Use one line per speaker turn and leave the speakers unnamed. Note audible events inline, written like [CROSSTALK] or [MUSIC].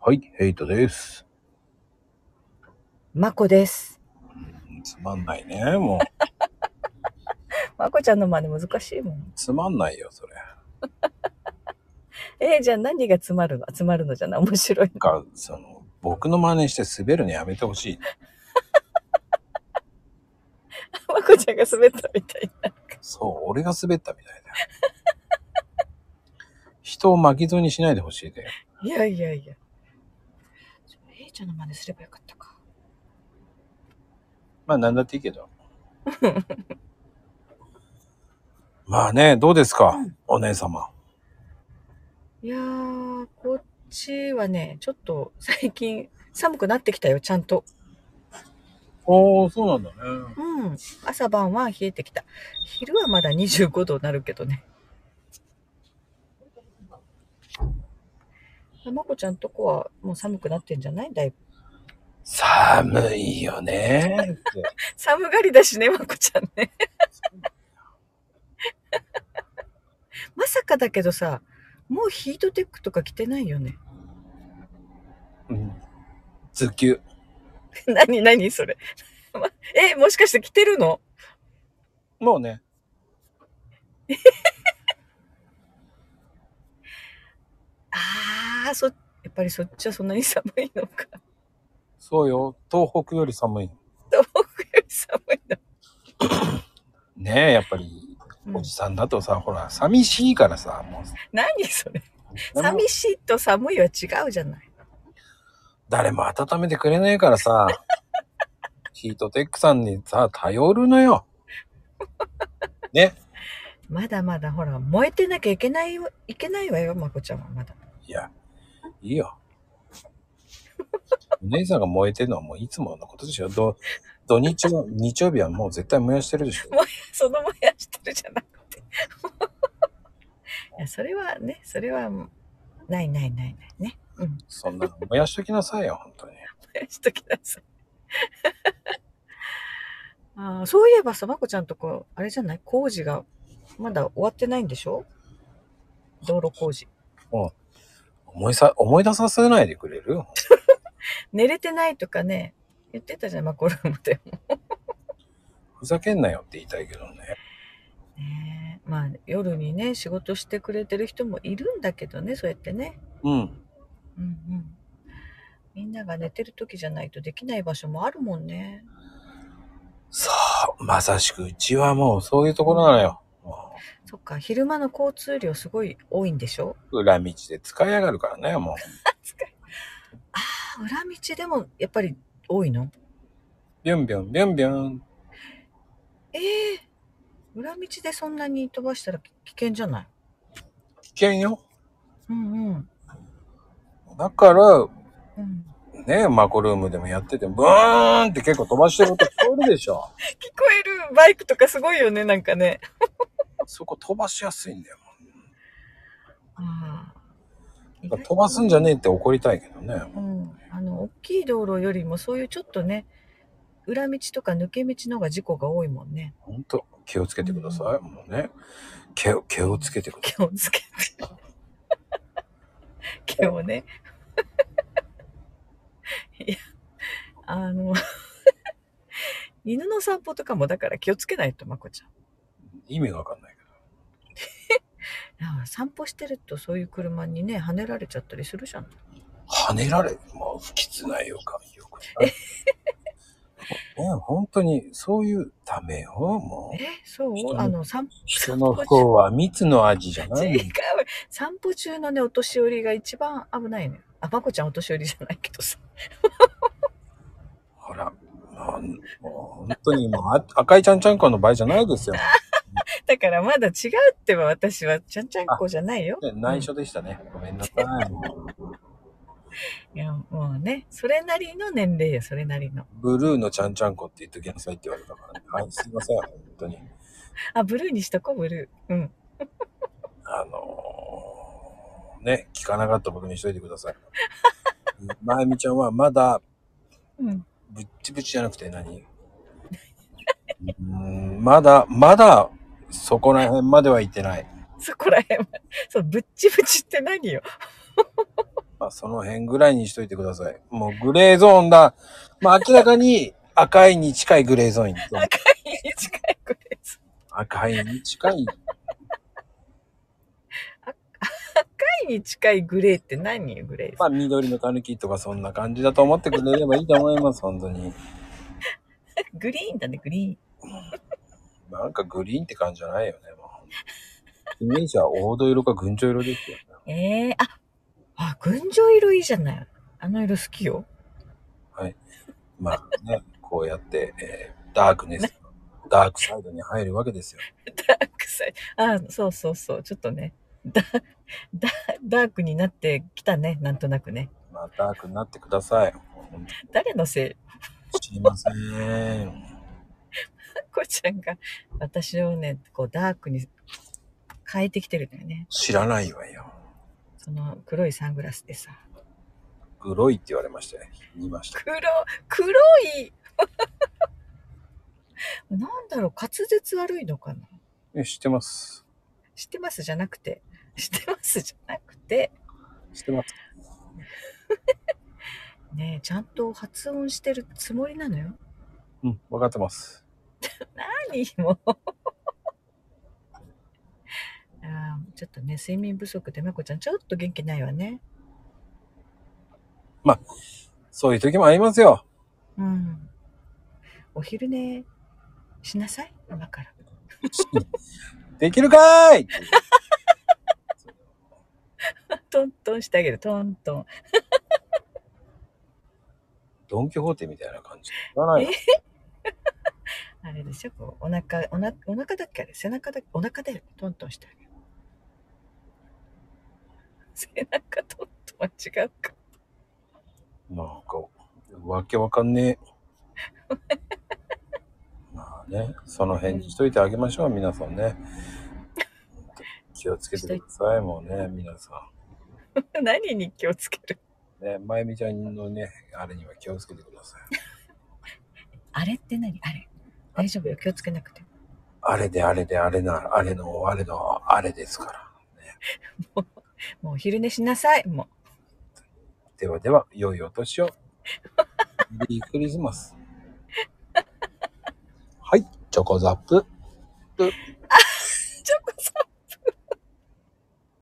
はい、ヘイトです。
まこです。
つまんないね、 [LAUGHS] もう。
まこちゃんの真似難しいもん。
つまんないよ、それ。
えー、じゃあ何が詰まるの詰まるのじゃない面白いの。 [LAUGHS]
なんか、その、僕の真似して滑るのやめてほしい。
まこちゃんが滑ったみたいな。
そう、俺が滑ったみたい [LAUGHS] だよ。人を巻き添えにしないでほしいで。
いやいやいや。えいちゃんの真似すればよかったか。
まあ、なんだっていいけ [LAUGHS] ど。まあね、どうですか、お姉様。
いやー、こっちはね、ちょっと最近寒くなってきたよ、ちゃんと。
おー、そうなんだね。
うん。朝晩は冷えてきた。昼はまだ25度になるけどね。まこちゃんとこはもう寒くなってんじゃないだいぶ。
寒いよね。 [LAUGHS]
寒がりだしね、まこちゃん [LAUGHS] ね。まさかだけどさ、もうヒートテックとか着てないよね。 [LAUGHS]
うん。ズッキュ。
何何それ。まえ、もしかして着てるの
もうね。
ああ、そ、やっぱりそっちはそんなに寒いの [LAUGHS] か。
そうよ。東北より寒い。
東北より寒いの。
ねえ、やっぱり
うん
おじさんだとさ、ほら、寂しいからさ、もう。
何それ。
誰も
寂しいと寒いは違うじゃない。
誰も温めてくれないから
[LAUGHS]
さ、ヒートテックさんにさ、頼るのよ。ね。
まだまだほら、燃えてなきゃいけないわ、いけないわよ、まこちゃんはまだ。
いや、いいよ。お姉さんが燃えてるのはもういつものことでしょ。ど土日は、日曜日はもう絶対燃やしてるでしょ。
そのもやしてるじゃなくて。いや、それはね、それは、ないないないないね。うん。
そんなの燃やしときなさいよ、本当に。
燃やしときなさい。 [LAUGHS] あーそういえばさ、まこちゃんとこ、あれじゃない工事が、まだ終わってないんでしょ道路工事。
思いさ、思い出させないでくれる
寝れてないとかね、言ってたじゃん、マコルームでも。
ふざけんなよって言いたいけどね。
[LAUGHS] ねえまあ、夜にね、仕事してくれてる人もいるんだけどね、そうやってね。
うん。
うんうん。みんなが寝てる時じゃないとできない場所もあるもんね。
そう、まさしくうちはもうそういうところなのよ。も
そっか、昼間の交通量すごい多いんでしょ
う裏道で使いやがるからね、もう。
ああ、裏道でもやっぱり多いの
ビュンビュン、ビュンビュン。
ええ裏道でそんなに飛ばしたら危険じゃない
危険よ。
うんうん。
だから、
うん、
ね、マコルームでもやってて、ブーンって結構飛ばしてる音聞こえるでしょ。
聞こえるバイクとかすごいよね、なんかね。
そこ飛ばしやすいんだよ。
ああ
飛ばすんじゃねえって怒りたいけどね。
うん、あの大きい道路よりもそういうちょっとね裏道とか抜け道の方が事故が多いもんね
ほんと、気をつけてください。もうね。気を、気をつけてください。
気をつけて気をねいやあの犬の散歩とかもだから気をつけないとまこちゃん
意味がわかんないけど。
あ散歩してるとそういう車にね跳ねられちゃったりするじゃん
跳ねられる。まあ、不吉な予感、よく [LAUGHS] ない。ね、本当に、そういうためよ、もう
え。そ
人
う
の
あの散
人の不幸は蜜の味じゃ
歩
な
違う
い。
散歩中のねお年寄りが一番危ないのよあまこちゃんお年寄りじゃないけどさ
ほら、なんもう本当にもうあ赤いちゃんちゃんこの場合じゃないですよ。
だからまだ違うってば私はちゃんちゃんこじゃないよ。
ね内緒でしたね。ごめんなさい。もう
いやもうね、それなりの年齢よ、それなりの。
ブルーのちゃんちゃんこって言っときなさいって言われたからね。はい、すいません、本当に。
あ、ブルーにしとこう、ブルー。うん。
あのーね、聞かなかったことにしといてください。まゆみちゃんはまだ
うん。
ぶっちぶちじゃなくて何うーんまだ、まだ、そこら辺までは行ってない。
そこら辺は。そう、ぶっちぶちって何よ。
まあ、その辺ぐらいにしといてください。もうグレーゾーンだ。まあ、明らかに赤いに近いグレーゾーン。
赤いに近いグレーゾ
赤いに近い。
ーン。赤いに近いグレーって何グレーゾーン
まあ、緑のタヌキとかそんな感じだと思ってくれればいいと思います、本当に。
グリーンだね、グリーン。
なんかグリーンって感じじゃないよね、もう。イメージは黄土色か群青色ですよね。
ええあ、あ、群青色いいじゃない。あの色好きよ。
まあね、こうやって、えーダークネス、ダークサイドに入るわけですよ。
ダークサイあ、そうそうそう。ちょっとね、ダダダークになってきたね、なんとなくね。
まあ、ダークになってください。本
誰のせい
当に知りません。
こうちゃんが私をね、こうダークに変えてきてるんだよね。
知らないわよ。
その黒いサングラスでさ。
グロいって言われましたよ。言いました。
黒、黒い [LAUGHS] なんだろう、滑舌悪いのかな
え、知ってます。
知ってますじゃなくて、知ってますじゃなくて、
知ってます。
ねえ、ちゃんと発音してるつもりなのよ。
うん、わかってます。
何も [LAUGHS] う。あーちょっとね、睡眠不足で、まこちゃん、ちょっと元気ないわね。
そういう時もありますよ。 [LAUGHS]
うん。お昼寝しなさい、今から。
できるかーい
トントンしてあげる、トントン。
ドンキホーテみたいな感じ。言わないの
あれでしょ、こう、お腹、おなお腹だっけあれ背中だっけお腹だよ、トントンしてあげる。背中トントンは違うか。 [LAUGHS]
なんか、わけわかん [LAUGHS] ねえ。まあね、その辺にしといてあげましょう、皆さんね。気をつけてください、もうね、皆さ
何に気をつける
ん。ね、まゆみちゃんのね、あれには気をつけてください。
あれって何あれ。大丈夫よ、気をつけなくて。
あれであれであれな、あれのあれのあれですから。
もうお昼寝しなさい、もう。
ではでは、良いお年を。メリークリスマス。はい、チョコザップ。